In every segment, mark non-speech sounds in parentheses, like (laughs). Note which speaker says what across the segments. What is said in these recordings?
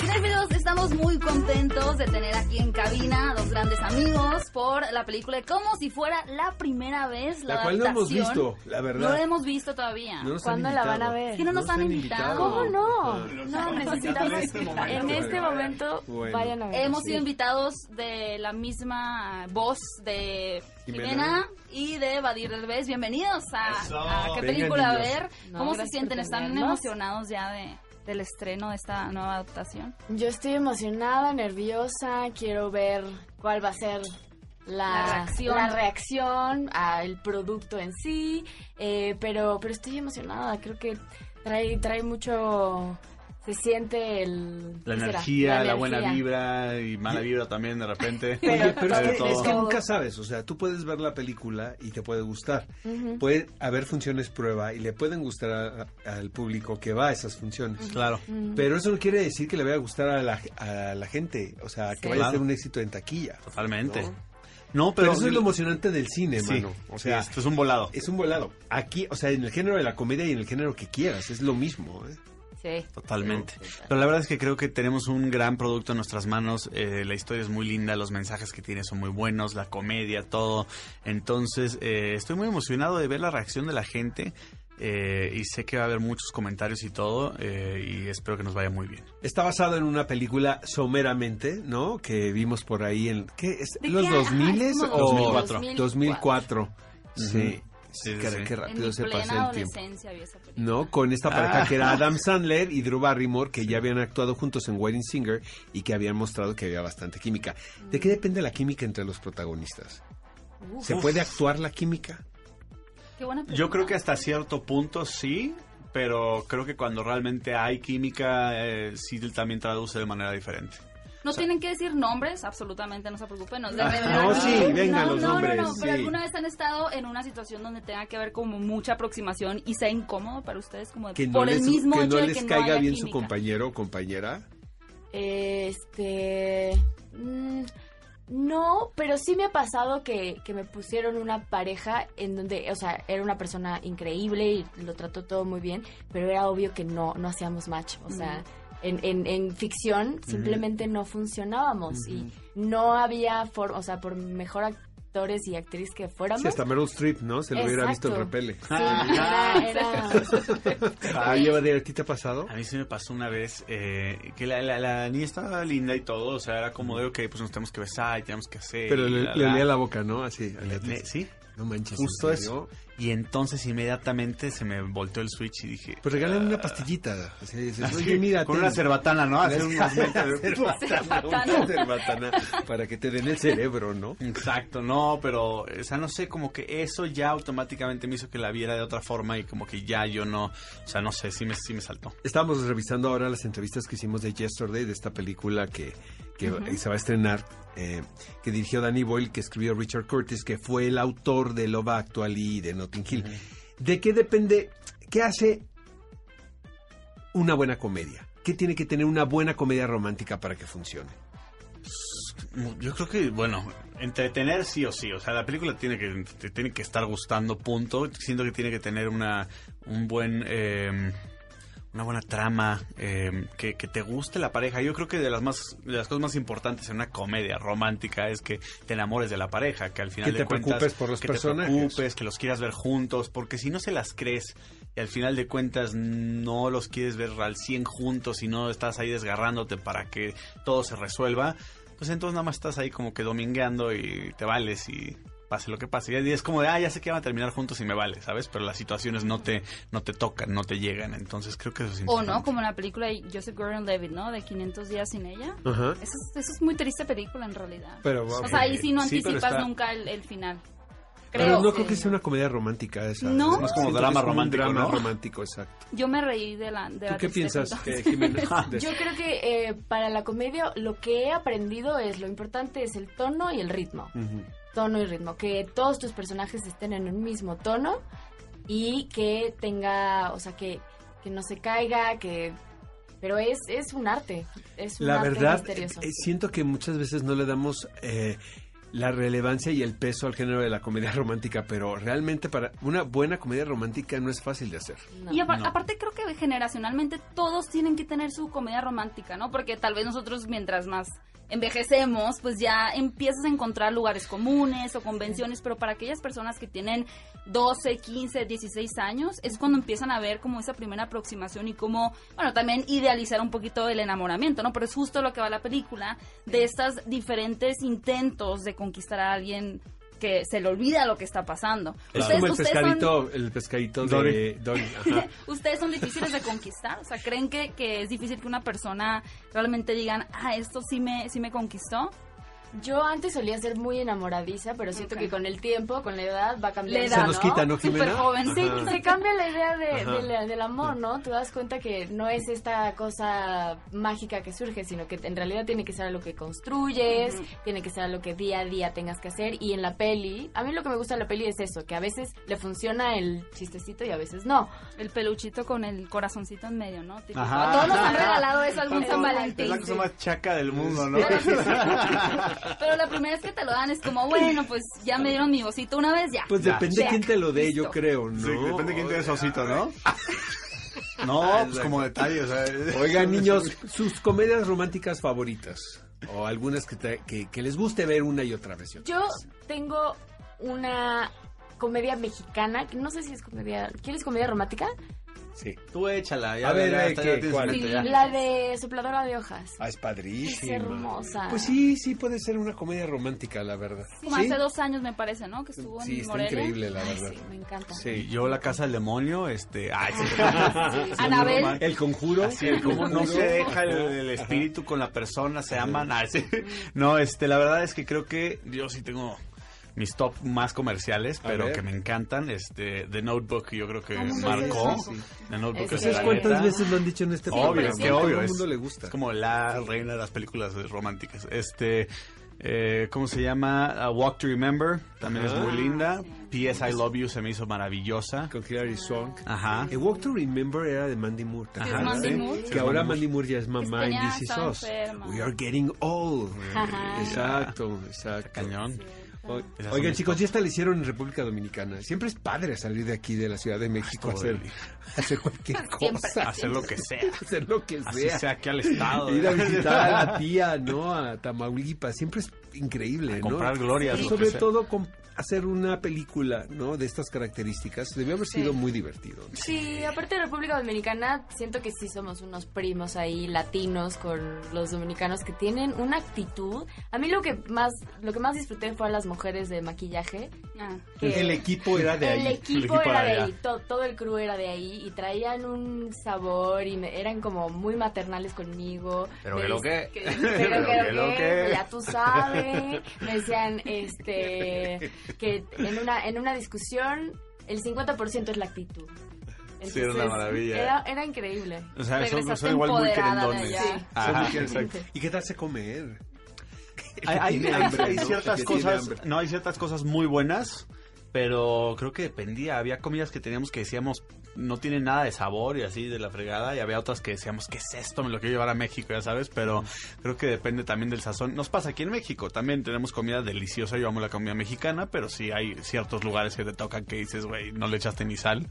Speaker 1: Cinefilos, estamos muy contentos de tener aquí en cabina a dos grandes amigos por la película de Como si fuera la primera vez la,
Speaker 2: La cual no hemos
Speaker 1: adaptación.
Speaker 2: visto, la verdad.
Speaker 1: No la hemos visto todavía.
Speaker 2: No nos
Speaker 3: ¿Cuándo
Speaker 2: han
Speaker 3: la
Speaker 2: invitado.
Speaker 3: van a ver?
Speaker 1: Es que no nos han invitado.
Speaker 3: ¿Cómo no?
Speaker 2: Los
Speaker 3: No, necesitamos.
Speaker 4: En este momento.
Speaker 3: En este momento,
Speaker 2: Bueno.
Speaker 3: vayan a ver.
Speaker 1: Hemos
Speaker 3: Sí.
Speaker 1: sido invitados de la misma voz de Jimena
Speaker 2: Jimena.
Speaker 1: y de Badir Derbez. Bienvenidos a,
Speaker 4: Eso.
Speaker 1: a qué
Speaker 2: Vengan,
Speaker 1: película
Speaker 2: niños.
Speaker 1: ver.
Speaker 3: No,
Speaker 1: ¿Cómo se
Speaker 3: gracias
Speaker 1: sienten?
Speaker 3: por
Speaker 1: ¿Están
Speaker 3: tenernos.
Speaker 1: emocionados ya de, del estreno de esta nueva adaptación?
Speaker 3: Yo estoy emocionada, nerviosa. Quiero ver cuál va a ser la,
Speaker 1: La reacción.
Speaker 3: la reacción al producto en sí. eh, pero, pero estoy emocionada. Creo que trae, trae mucho. Se siente el.
Speaker 4: La
Speaker 3: ¿qué será?
Speaker 4: energía, la, buena
Speaker 3: energía.
Speaker 4: vibra y mala vibra también de repente.
Speaker 2: Oye, pero
Speaker 4: Hay de
Speaker 2: es que,
Speaker 4: todo.
Speaker 2: es que nunca sabes, o sea, tú puedes ver la película y te puede gustar.
Speaker 3: Ujú.
Speaker 2: Puede haber funciones prueba y le pueden gustar a- a- al público que va a esas funciones.
Speaker 4: Claro.
Speaker 3: Ujú.
Speaker 2: Pero eso no quiere decir que le vaya a gustar a la, a la gente, o sea, que
Speaker 3: Sí.
Speaker 2: vaya a ser
Speaker 4: Claro.
Speaker 2: un éxito en taquilla.
Speaker 4: Totalmente.
Speaker 2: ¿No?
Speaker 4: No,
Speaker 2: Pero, eso es lo emocionante del cine,
Speaker 4: Sí,
Speaker 2: mano. O sea,
Speaker 4: sí, esto es un volado.
Speaker 2: es un volado. Aquí, o sea, en el género de la comedia y en el género que quieras, es lo mismo. ¿eh?
Speaker 3: Sí.
Speaker 4: Totalmente. Pero la verdad es que creo que tenemos un gran producto en nuestras manos. eh, la historia es muy linda, los mensajes que tiene son muy buenos, la comedia, todo. Entonces, eh, estoy muy emocionado de ver la reacción de la gente. eh, y sé que va a haber muchos comentarios y todo. eh, y espero que nos vaya muy bien.
Speaker 2: Está basado en una película someramente, ¿no? Que vimos por ahí en... ¿Qué es?
Speaker 1: ¿De
Speaker 2: ¿Los
Speaker 1: qué?
Speaker 2: 2000
Speaker 1: Ah, es como
Speaker 2: o
Speaker 4: 2004.
Speaker 2: 2004? Sí.
Speaker 4: Sí, sí,
Speaker 2: Qué-
Speaker 4: sí.
Speaker 2: Qué
Speaker 1: En
Speaker 2: rápido
Speaker 1: mi
Speaker 2: se pasó
Speaker 1: plena
Speaker 2: el tiempo.
Speaker 1: adolescencia vi esa película.
Speaker 2: ¿No? Con esta pareja que
Speaker 4: Ah.
Speaker 2: era Adam Sandler y Drew Barrymore, que ya habían actuado juntos en Wedding Singer y que habían mostrado que había bastante química. ¿De
Speaker 1: Mm.
Speaker 2: qué depende la química entre los protagonistas? ¿Se
Speaker 4: Uf.
Speaker 2: puede actuar la química?
Speaker 1: Qué buena
Speaker 4: Yo creo que
Speaker 1: película.
Speaker 4: hasta cierto punto sí, pero creo que cuando realmente hay química, eh, sí también traduce de manera diferente.
Speaker 1: No tienen que decir nombres, absolutamente, no se preocupen. nos de
Speaker 2: Ah,
Speaker 1: revelar.
Speaker 2: no, sí, venga,
Speaker 1: No,
Speaker 2: los
Speaker 1: no,
Speaker 2: nombres,
Speaker 1: No, no, pero
Speaker 2: sí.
Speaker 1: alguna vez han estado en una situación donde tenga que ver como mucha aproximación y sea incómodo para ustedes, como de-
Speaker 2: Que no
Speaker 1: por
Speaker 2: les,
Speaker 1: el mismo
Speaker 2: que
Speaker 1: hecho
Speaker 2: no
Speaker 1: de
Speaker 2: les
Speaker 1: que no
Speaker 2: caiga
Speaker 1: haya
Speaker 2: bien su
Speaker 1: química.
Speaker 2: compañero o compañera.
Speaker 3: Este. mm, no, pero sí me ha pasado que, que me pusieron una pareja en donde, o sea, era una persona increíble y lo trató todo muy bien, pero era obvio que no, no hacíamos match. O sea, en, en- en ficción simplemente no funcionábamos y no había forma, o sea, por mejor actores y actriz que fuéramos.
Speaker 2: Sí, hasta Meryl Streep, ¿no? Se lo hubiera visto el
Speaker 3: Exacto.
Speaker 2: repele.
Speaker 3: sí, (laughs) era- era-
Speaker 2: Ah, lleva de- ¿A ti te ha pasado?
Speaker 4: A mí sí me pasó una vez eh, que la, la- la niña estaba linda y todo, o sea, era como de, ok, pues nos tenemos que besar y tenemos que hacer.
Speaker 2: Pero
Speaker 4: y
Speaker 2: le,
Speaker 4: la,
Speaker 2: le
Speaker 4: la".
Speaker 2: olía la boca, ¿no? Así. al
Speaker 4: Le-
Speaker 2: dientes.
Speaker 4: sí,
Speaker 2: No manches.
Speaker 4: justo
Speaker 2: ¿en
Speaker 4: eso.
Speaker 2: serio?
Speaker 4: Y entonces inmediatamente se me volteó el switch y dije...
Speaker 2: Pues regálame una pastillita. Así dices,
Speaker 4: así,
Speaker 2: oye, mira. Pues,
Speaker 4: con
Speaker 2: ten.
Speaker 4: una
Speaker 2: (laughs)
Speaker 4: cerbatana, ¿no? Hacer unas metas de-
Speaker 2: Cerbatana, una cerbatana, Para que te den el cerebro, ¿no?
Speaker 4: Exacto, no, pero, o sea, no sé, como que eso ya automáticamente me hizo que la viera de otra forma y como que ya yo no, o sea, no sé, sí me, sí me saltó.
Speaker 2: Estamos revisando ahora las entrevistas que hicimos de Yesterday, de esta película que, que se va a estrenar, eh, que dirigió Danny Boyle, que escribió Richard Curtis, que fue el autor de Loba Actual y de Notting Hill. ¿De qué depende? ¿Qué hace una buena comedia? ¿Qué tiene que tener una buena comedia romántica para que funcione?
Speaker 4: Yo creo que, bueno, entretener sí o sí, o sea, la película tiene que, te tiene que estar gustando, punto. Siento que tiene que tener una, un buen... eh, una buena trama, eh, que, que te guste la pareja. Yo creo que de las más de las cosas más importantes en una comedia romántica es que te enamores de la pareja, que al final
Speaker 2: Que
Speaker 4: de
Speaker 2: te
Speaker 4: cuentas,
Speaker 2: preocupes por los
Speaker 4: que
Speaker 2: personajes.
Speaker 4: te preocupes, que los quieras ver juntos, porque si no se las crees y al final de cuentas no los quieres ver al 100 juntos y no estás ahí desgarrándote para que todo se resuelva, pues entonces nada más estás ahí como que domingueando y te vales y pase lo que pase. Y es como de, ah, ya sé que van a terminar juntos y me vale, ¿sabes? Pero las situaciones no te, no te tocan, no te llegan. Entonces creo que eso es
Speaker 1: O
Speaker 4: importante.
Speaker 1: no, como en la película de Joseph Gordon-Levitt, ¿no? De 500 días sin ella.
Speaker 2: Ajá.
Speaker 1: Eso es, eso es muy triste película en realidad.
Speaker 2: Pero
Speaker 1: o
Speaker 2: vamos.
Speaker 1: sea, ahí sí no
Speaker 4: Sí, pero
Speaker 1: anticipas
Speaker 4: está-
Speaker 1: nunca el, el final.
Speaker 2: Pero
Speaker 1: Creo
Speaker 2: no creo que sea una comedia romántica esa.
Speaker 1: No.
Speaker 4: Es más como
Speaker 2: Siento que
Speaker 4: drama
Speaker 2: es un
Speaker 4: romántico,
Speaker 2: drama
Speaker 4: ¿no?
Speaker 2: romántico, exacto.
Speaker 1: Yo me reí de la... De
Speaker 2: ¿Tú
Speaker 1: la
Speaker 2: qué
Speaker 1: tristeza,
Speaker 2: piensas,
Speaker 1: entonces. (laughs)
Speaker 2: eh, Jimena? De-
Speaker 3: Yo creo que eh, para la comedia lo que he aprendido es lo importante es el tono y el ritmo.
Speaker 2: Ujú.
Speaker 3: Tono y ritmo. Que todos tus personajes estén en un mismo tono y que tenga, o sea, que, que no se caiga, que... Pero es, es un arte. es un
Speaker 2: La
Speaker 3: arte
Speaker 2: verdad,
Speaker 3: misterioso.
Speaker 2: eh, siento que muchas veces no le damos eh, la relevancia y el peso al género de la comedia romántica, pero realmente para una buena comedia romántica no es fácil de hacer.
Speaker 3: No.
Speaker 1: Y apar-
Speaker 4: No.
Speaker 1: aparte creo que generacionalmente todos tienen que tener su comedia romántica, ¿no? Porque tal vez nosotros mientras más envejecemos, pues ya empiezas a encontrar lugares comunes o convenciones, pero para aquellas personas que tienen 12, 15, 16 años, es cuando empiezan a ver como esa primera aproximación y como, bueno, también idealizar un poquito el enamoramiento, ¿no? Pero es justo lo que va la película, de estas diferentes intentos de conquistar a alguien que se le olvida lo que está pasando.
Speaker 2: Es
Speaker 1: Ustedes-
Speaker 2: como el
Speaker 1: ustedes son-
Speaker 2: pescadito, el pescadito de
Speaker 4: Dory.
Speaker 2: Dory. ajá.
Speaker 1: ¿Ustedes son difíciles de conquistar? O sea, ¿creen que, que es difícil que una persona realmente digan, ah, esto sí me, sí me conquistó?
Speaker 3: Yo antes solía ser muy enamoradiza, pero siento
Speaker 1: Ok.
Speaker 3: que con el tiempo, con la edad, va cambiando.
Speaker 1: Le
Speaker 2: Se
Speaker 1: da,
Speaker 2: nos
Speaker 1: ¿no?
Speaker 2: quita, ¿no,
Speaker 1: Súper
Speaker 2: Jimena?
Speaker 1: joven.
Speaker 3: Sí,
Speaker 1: Sí,
Speaker 3: se cambia la idea de-
Speaker 2: Ajá.
Speaker 3: de la- del amor, ¿no? Te das cuenta que no es esta cosa mágica que surge, sino que en realidad tiene que ser algo que construyes,
Speaker 1: Ujú.
Speaker 3: tiene que ser algo que día a día tengas que hacer. Y en la peli, a mí lo que me gusta de la peli es eso, que a veces le funciona el chistecito y a veces no.
Speaker 1: el peluchito con el corazoncito en medio, ¿no? Típico.
Speaker 4: Ajá.
Speaker 1: A todos nos han
Speaker 3: Ajá.
Speaker 1: regalado
Speaker 2: (laughs)
Speaker 1: eso algún San
Speaker 4: Es la
Speaker 1: Valentín.
Speaker 4: cosa
Speaker 1: sí.
Speaker 4: más chaca del
Speaker 1: (laughs)
Speaker 4: mundo, ¿no?
Speaker 1: Pero la primera vez que te lo dan es como, bueno, pues ya me dieron mi vocito una vez, ya.
Speaker 2: Pues
Speaker 4: Ya.
Speaker 2: depende
Speaker 1: Check.
Speaker 2: quién te lo dé, yo
Speaker 1: Listo.
Speaker 2: creo, ¿no?
Speaker 4: (laughs) Sí, depende de quién tiene su osito, ¿no? No, pues como detalle, o sea, (laughs)
Speaker 2: Oigan, niños, sus comedias románticas favoritas o algunas que, te- que, que les guste ver una y otra vez. y otra
Speaker 3: Yo
Speaker 2: vez.
Speaker 3: tengo una comedia mexicana, que no sé si es comedia, ¿quieres comedia romántica?
Speaker 2: Sí.
Speaker 4: Tú échala, ya
Speaker 2: A ver,
Speaker 4: verás,
Speaker 2: ¿de
Speaker 4: ya
Speaker 2: qué?
Speaker 4: tienes
Speaker 2: ¿Cuál?
Speaker 4: mente, ya.
Speaker 1: Sí.
Speaker 3: La de Sopladora de Hojas.
Speaker 2: Ah, es padrísima.
Speaker 3: Es hermosa.
Speaker 2: Pues sí, sí puede ser una comedia romántica, la verdad.
Speaker 1: Como
Speaker 2: ¿Sí?
Speaker 1: hace dos años me parece, ¿no? Que estuvo en
Speaker 2: Sí, está
Speaker 1: Morelia.
Speaker 2: increíble, la
Speaker 3: Ay,
Speaker 2: verdad.
Speaker 3: sí, me encanta.
Speaker 4: Y
Speaker 2: Sí.
Speaker 4: yo la casa del demonio, este, ay, sí.
Speaker 1: Anabel.
Speaker 4: Normal.
Speaker 2: El conjuro. Pues
Speaker 4: Sí, el cómo no se deja el, el espíritu con la persona, se aman. ah, sí. No, este, la verdad es que creo que yo sí tengo mis top más comerciales,
Speaker 2: A
Speaker 4: pero
Speaker 2: ver.
Speaker 4: que me encantan. Este, The Notebook, yo creo que
Speaker 1: ¿Cómo se
Speaker 4: marcó.
Speaker 1: llama?
Speaker 4: The Notebook
Speaker 3: Ese
Speaker 2: Pues
Speaker 4: es,
Speaker 3: es
Speaker 4: la
Speaker 3: cuántas
Speaker 4: neta,
Speaker 2: lo han dicho en este
Speaker 4: Obvio,
Speaker 1: programa?
Speaker 4: qué obvio.
Speaker 2: Todo el
Speaker 4: es-
Speaker 2: mundo le gusta.
Speaker 4: Es como la reina de las películas eh, románticas. Este, eh, ¿cómo se llama? A Walk to Remember, también
Speaker 2: Ajá.
Speaker 4: es muy linda.
Speaker 1: Sí.
Speaker 4: P.S. I Love You se me hizo maravillosa.
Speaker 2: Con Hilary Swank.
Speaker 4: Ajá.
Speaker 2: A Walk to Remember era de Mandy Moore.
Speaker 4: Ajá,
Speaker 2: también.
Speaker 1: Es Mandy
Speaker 4: sí.
Speaker 1: Moore.
Speaker 2: Que ahora Mandy Moore ya es mamá en
Speaker 1: Tenía-
Speaker 2: This Is
Speaker 1: estaba
Speaker 2: Us.
Speaker 1: enferma.
Speaker 2: We are getting old.
Speaker 3: Ajá.
Speaker 2: Exacto, exacto.
Speaker 4: Cañón.
Speaker 2: O-
Speaker 4: Esas son
Speaker 2: Oigan,
Speaker 4: mis
Speaker 2: chicos,
Speaker 4: top.
Speaker 2: ya esta le hicieron en República Dominicana. Siempre es padre salir de aquí, de la Ciudad de México, a
Speaker 4: todo el
Speaker 2: hacer,
Speaker 4: día.
Speaker 2: a hacer cualquier
Speaker 1: (laughs) Siempre.
Speaker 2: cosa.
Speaker 4: Hacer lo que sea.
Speaker 2: Hacer lo que
Speaker 4: Así
Speaker 2: sea.
Speaker 4: sea aquí al estado.
Speaker 2: Pues Ir a
Speaker 4: ¿eh?
Speaker 2: visitar a
Speaker 4: (laughs)
Speaker 2: la tía, ¿no? A Tamaulipas. Siempre es increíble, ¿no?
Speaker 4: comprar glorias.
Speaker 2: Y
Speaker 4: lo que
Speaker 2: sobre
Speaker 4: sea.
Speaker 2: todo con hacer una película, ¿no? De estas características. Debió haber sido
Speaker 3: Sí.
Speaker 2: muy divertido.
Speaker 3: Sí, aparte de República Dominicana, siento que sí somos unos primos ahí latinos con los dominicanos que tienen una actitud. A mí lo que más lo que más disfruté fue a las mujeres de maquillaje.
Speaker 1: Ah.
Speaker 3: que-
Speaker 2: El equipo era de
Speaker 3: el
Speaker 2: ahí.
Speaker 3: equipo,
Speaker 4: El equipo
Speaker 3: era
Speaker 4: era
Speaker 3: de
Speaker 4: de
Speaker 3: ahí, to- todo, el crew era de ahí y traían un sabor y me- eran como muy maternales conmigo.
Speaker 4: Pero
Speaker 3: Me
Speaker 4: que lo
Speaker 3: dis-
Speaker 4: que. (laughs)
Speaker 3: Pero que,
Speaker 4: que lo
Speaker 3: ok,
Speaker 4: que.
Speaker 3: ya tú sabes. Me decían este, que en una, en una discusión el 50% es la actitud.
Speaker 4: Sí, era una maravilla.
Speaker 3: Era, era increíble.
Speaker 4: O sea, son,
Speaker 1: Regresaste
Speaker 4: son igual muy
Speaker 1: empoderada de
Speaker 4: querendones.
Speaker 1: allá.
Speaker 4: Ajá,
Speaker 2: Son muy
Speaker 4: exacto.
Speaker 2: ¿Y qué te hace comer?
Speaker 4: Hay, hay-
Speaker 2: Tiene
Speaker 4: hay-
Speaker 2: hambre,
Speaker 4: hay
Speaker 2: ¿no?
Speaker 4: ciertas
Speaker 2: Que tiene
Speaker 4: cosas.
Speaker 2: hambre.
Speaker 4: No, hay ciertas cosas muy buenas. Pero creo que dependía. Había comidas que teníamos que decíamos no tiene nada de sabor y así de la fregada. Y había otras que decíamos, ¿qué es esto? Me lo quiero llevar a México, ya sabes. Pero creo que depende también del sazón. Nos pasa aquí en México. También tenemos comida deliciosa. Yo amo la comida mexicana. Pero sí hay ciertos lugares que te tocan que dices, güey, no le echaste ni sal.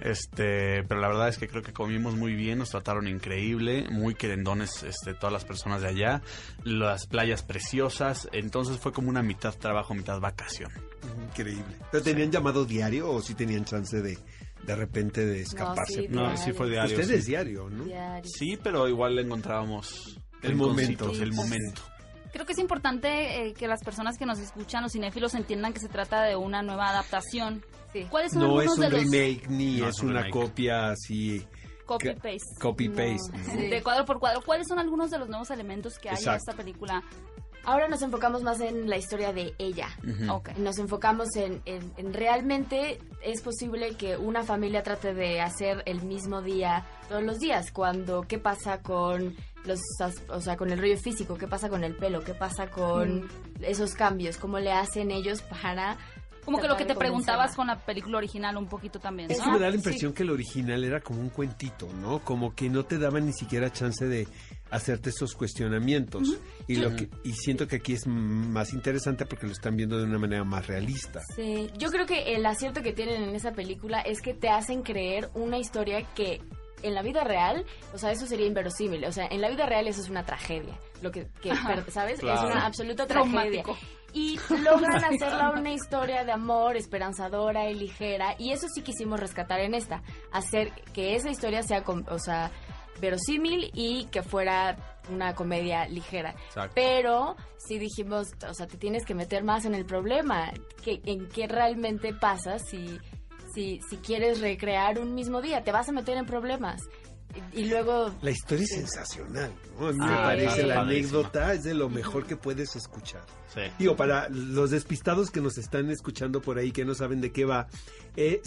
Speaker 4: Este, pero la verdad es que creo que comimos muy bien, nos trataron increíble, muy querendones este, todas las personas de allá, las playas preciosas, entonces fue como una mitad trabajo, mitad vacación.
Speaker 2: Increíble. ¿Pero tenían llamado diario o si tenían chance de de repente de escaparse?
Speaker 3: sí,
Speaker 2: por
Speaker 3: no,
Speaker 2: ahí?
Speaker 3: sí fue
Speaker 4: diario.
Speaker 2: Ustedes
Speaker 4: sí.
Speaker 2: diario, ¿no?
Speaker 3: Diario.
Speaker 4: Sí, pero igual le encontrábamos
Speaker 2: El
Speaker 4: rinconcitos,
Speaker 2: momento.
Speaker 4: el momento.
Speaker 1: Creo que es importante eh, que las personas que nos escuchan, los cinéfilos, entiendan que se trata de una nueva adaptación.
Speaker 3: Sí.
Speaker 1: ¿Cuáles son
Speaker 2: No es
Speaker 1: algunos
Speaker 2: un
Speaker 1: de los
Speaker 2: remake ni
Speaker 4: No
Speaker 2: es
Speaker 4: es un
Speaker 2: una
Speaker 4: remake.
Speaker 2: copia así
Speaker 1: copy-paste?
Speaker 2: copy-paste.
Speaker 3: No.
Speaker 2: ¿no?
Speaker 3: Sí.
Speaker 1: De cuadro por cuadro, ¿cuáles son algunos de los nuevos elementos que hay en
Speaker 2: Exacto.
Speaker 1: esta película?
Speaker 3: Ahora nos enfocamos más en la historia de ella.
Speaker 4: Ujú.
Speaker 1: Ok.
Speaker 3: Nos enfocamos en, en- en realmente es posible que una familia trate de hacer el mismo día todos los días. Cuando, ¿qué pasa con los, as- o sea, con el rollo físico? ¿Qué pasa con el pelo? ¿Qué pasa con esos cambios? ¿Cómo le hacen ellos para
Speaker 1: Como que lo que
Speaker 3: Tratar de
Speaker 1: te preguntabas
Speaker 3: convencerla.
Speaker 1: con la película original un poquito también,
Speaker 2: Es
Speaker 1: ¿no?
Speaker 2: que me da la
Speaker 3: sí.
Speaker 2: impresión que el original era como un cuentito, ¿no? Como que no te daba ni siquiera chance de, hacerte esos cuestionamientos. y, lo que, y siento que aquí es más interesante porque lo están viendo de una manera más realista.
Speaker 3: Sí, yo creo que el acierto que tienen en esa película es que te hacen creer una historia que en la vida real, o sea, eso sería inverosímil. O sea, en la vida real eso es una tragedia. Lo que, que per- ¿sabes?
Speaker 4: Claro.
Speaker 3: Es una absoluta tragedia.
Speaker 1: Traumático.
Speaker 3: Y logran hacerla una historia de amor esperanzadora y ligera. Y eso sí quisimos rescatar en esta. Hacer que esa historia sea, com- o sea, verosímil y que fuera una comedia ligera.
Speaker 4: Exacto.
Speaker 3: Pero sí dijimos, o sea, te tienes que meter más en el problema, que, en qué realmente pasa si, si, si quieres recrear un mismo día, te vas a meter en problemas. Y, y luego,
Speaker 2: La historia es sensacional, ¿no? A mí me
Speaker 4: Sí.
Speaker 2: parece
Speaker 4: Está
Speaker 2: la
Speaker 4: padrísima.
Speaker 2: anécdota es de lo mejor que puedes escuchar.
Speaker 4: Sí.
Speaker 2: Digo, para los despistados que nos están escuchando por ahí, que no saben de qué va, es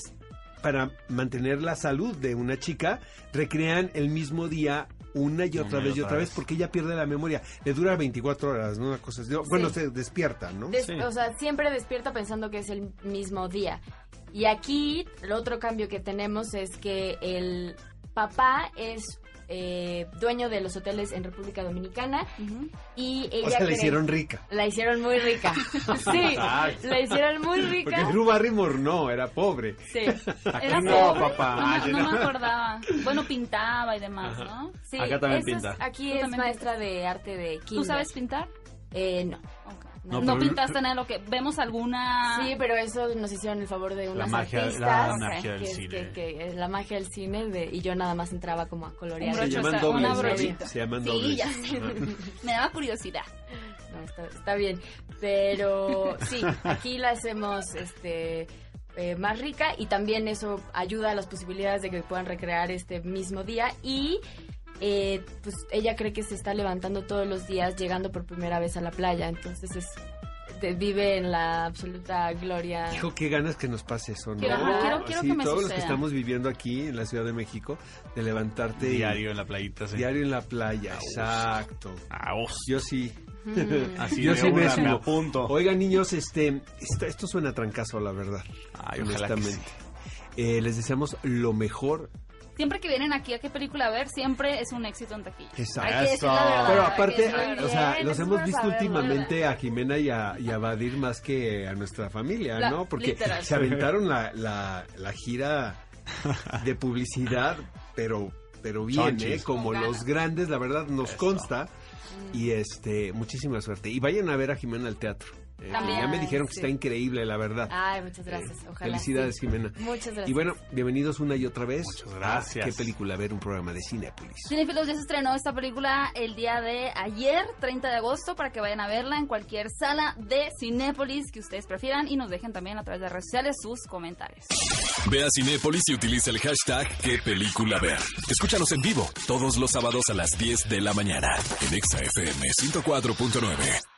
Speaker 2: para mantener la salud de una chica, recrean el mismo día una y otra vez y otra vez porque ella pierde la memoria. Le dura 24 horas, ¿no? Una cosa así. Bueno,
Speaker 3: Sí.
Speaker 2: se despierta, ¿no?
Speaker 3: des-
Speaker 4: Sí.
Speaker 3: o sea, siempre despierta pensando que es el mismo día. Y aquí, el otro cambio que tenemos es que el papá es eh, dueño de los hoteles en República Dominicana
Speaker 1: Ujú.
Speaker 3: y
Speaker 2: O
Speaker 3: ella
Speaker 2: sea, la
Speaker 3: cree-
Speaker 2: hicieron rica.
Speaker 3: La hicieron muy
Speaker 4: (laughs)
Speaker 3: rica. Sí, la hicieron muy rica.
Speaker 2: Porque Drew Barrymore no, era pobre.
Speaker 3: (laughs) Sí.
Speaker 1: ¿Era
Speaker 4: no,
Speaker 1: pobre?
Speaker 4: papá.
Speaker 1: No,
Speaker 4: Ay,
Speaker 1: no
Speaker 4: no.
Speaker 1: me acordaba. Bueno, pintaba y demás, ¿no?
Speaker 3: Sí,
Speaker 4: Acá también
Speaker 3: esa es-
Speaker 4: pinta.
Speaker 3: aquí
Speaker 1: Tú
Speaker 3: es
Speaker 1: también
Speaker 3: maestra de arte de kinder.
Speaker 1: ¿Tú sabes pintar?
Speaker 3: Eh, no.
Speaker 1: Ok.
Speaker 4: No,
Speaker 1: No,
Speaker 4: pero-
Speaker 1: pintaste nada de lo que... ¿Vemos alguna...?
Speaker 3: Sí, pero eso nos hicieron el favor de unas
Speaker 4: magia- la
Speaker 3: artistas.
Speaker 4: magia del
Speaker 3: que es-
Speaker 4: cine.
Speaker 3: que- que es la magia del cine de- y yo nada más entraba como a colorear.
Speaker 1: Un broche,
Speaker 2: Se llaman
Speaker 1: o sea, una
Speaker 2: dobles, ¿no?
Speaker 1: brochita.
Speaker 2: Se llaman
Speaker 1: Sí,
Speaker 2: dobles.
Speaker 1: ya sé. (laughs) Me daba curiosidad.
Speaker 3: No, está, está bien.
Speaker 2: (laughs)
Speaker 3: Pero sí, aquí la hacemos este eh, más rica y también eso ayuda a las posibilidades de que puedan recrear este mismo día y eh, pues ella cree que se está levantando todos los días llegando por primera vez a la playa, entonces es te- vive en la absoluta gloria.
Speaker 2: Hijo, qué ganas que nos pase eso, ¿no?
Speaker 1: Quiero-
Speaker 3: ajá, quiero-
Speaker 1: quiero
Speaker 2: Sí,
Speaker 1: que me
Speaker 2: todos los que
Speaker 1: suceda.
Speaker 2: estamos viviendo aquí en la Ciudad de México, de levantarte y-
Speaker 4: Diario en la playita. Sí.
Speaker 2: diario en la playa,
Speaker 4: Ah,
Speaker 2: exacto.
Speaker 4: Ah, oh,
Speaker 2: Yo sí. (laughs)
Speaker 3: Mm.
Speaker 4: Así
Speaker 2: Yo
Speaker 4: de
Speaker 2: sí me
Speaker 4: una me
Speaker 2: sumo.
Speaker 4: apunto.
Speaker 2: Oigan, niños, este, esto, esto suena trancazo, la verdad.
Speaker 4: Ay, ojalá que sí.
Speaker 2: Eh, les deseamos lo mejor.
Speaker 1: Siempre que vienen aquí a qué película ver, siempre es un éxito en taquilla.
Speaker 2: Exacto.
Speaker 1: Hay que decir la
Speaker 4: Eso.
Speaker 1: verdad.
Speaker 2: Pero
Speaker 1: hay que
Speaker 2: aparte,
Speaker 1: decir la verdad.
Speaker 2: o sea,
Speaker 3: bien,
Speaker 2: los
Speaker 3: eso es
Speaker 2: hemos
Speaker 3: bueno
Speaker 2: visto
Speaker 3: saberlo,
Speaker 2: últimamente a Jimena y a, y a Badir más que a nuestra familia,
Speaker 1: La-
Speaker 2: ¿no? Porque
Speaker 1: literal.
Speaker 2: se aventaron la, la- la gira de publicidad, pero pero bien,
Speaker 4: Chonchis.
Speaker 2: ¿eh? como
Speaker 1: Con
Speaker 2: los
Speaker 1: ganas.
Speaker 2: grandes, la verdad nos
Speaker 4: Eso.
Speaker 2: consta.
Speaker 3: Mm.
Speaker 2: Y este, muchísima suerte. Y vayan a ver a Jimena al teatro. eh, que
Speaker 1: También.
Speaker 2: ya me dijeron que
Speaker 3: Sí.
Speaker 2: está increíble, la verdad.
Speaker 3: Ay, muchas gracias.
Speaker 2: Eh,
Speaker 3: Ojalá.
Speaker 2: Felicidades,
Speaker 3: sí.
Speaker 2: Jimena.
Speaker 3: Muchas gracias.
Speaker 2: Y bueno, bienvenidos una y otra vez.
Speaker 4: Muchas gracias.
Speaker 2: a ¿Qué película? A ver un programa de Cinepolis.
Speaker 1: Cinefilos ya se estrenó esta película el día de ayer, 30 de agosto, para que vayan a verla en cualquier sala de Cinépolis que ustedes prefieran y nos dejen también a través de redes sociales sus comentarios.
Speaker 5: Ve a Cinépolis y utiliza el hashtag qué película ver. Escúchanos en vivo todos los sábados a las 10 de la mañana en Exa FM 104.9.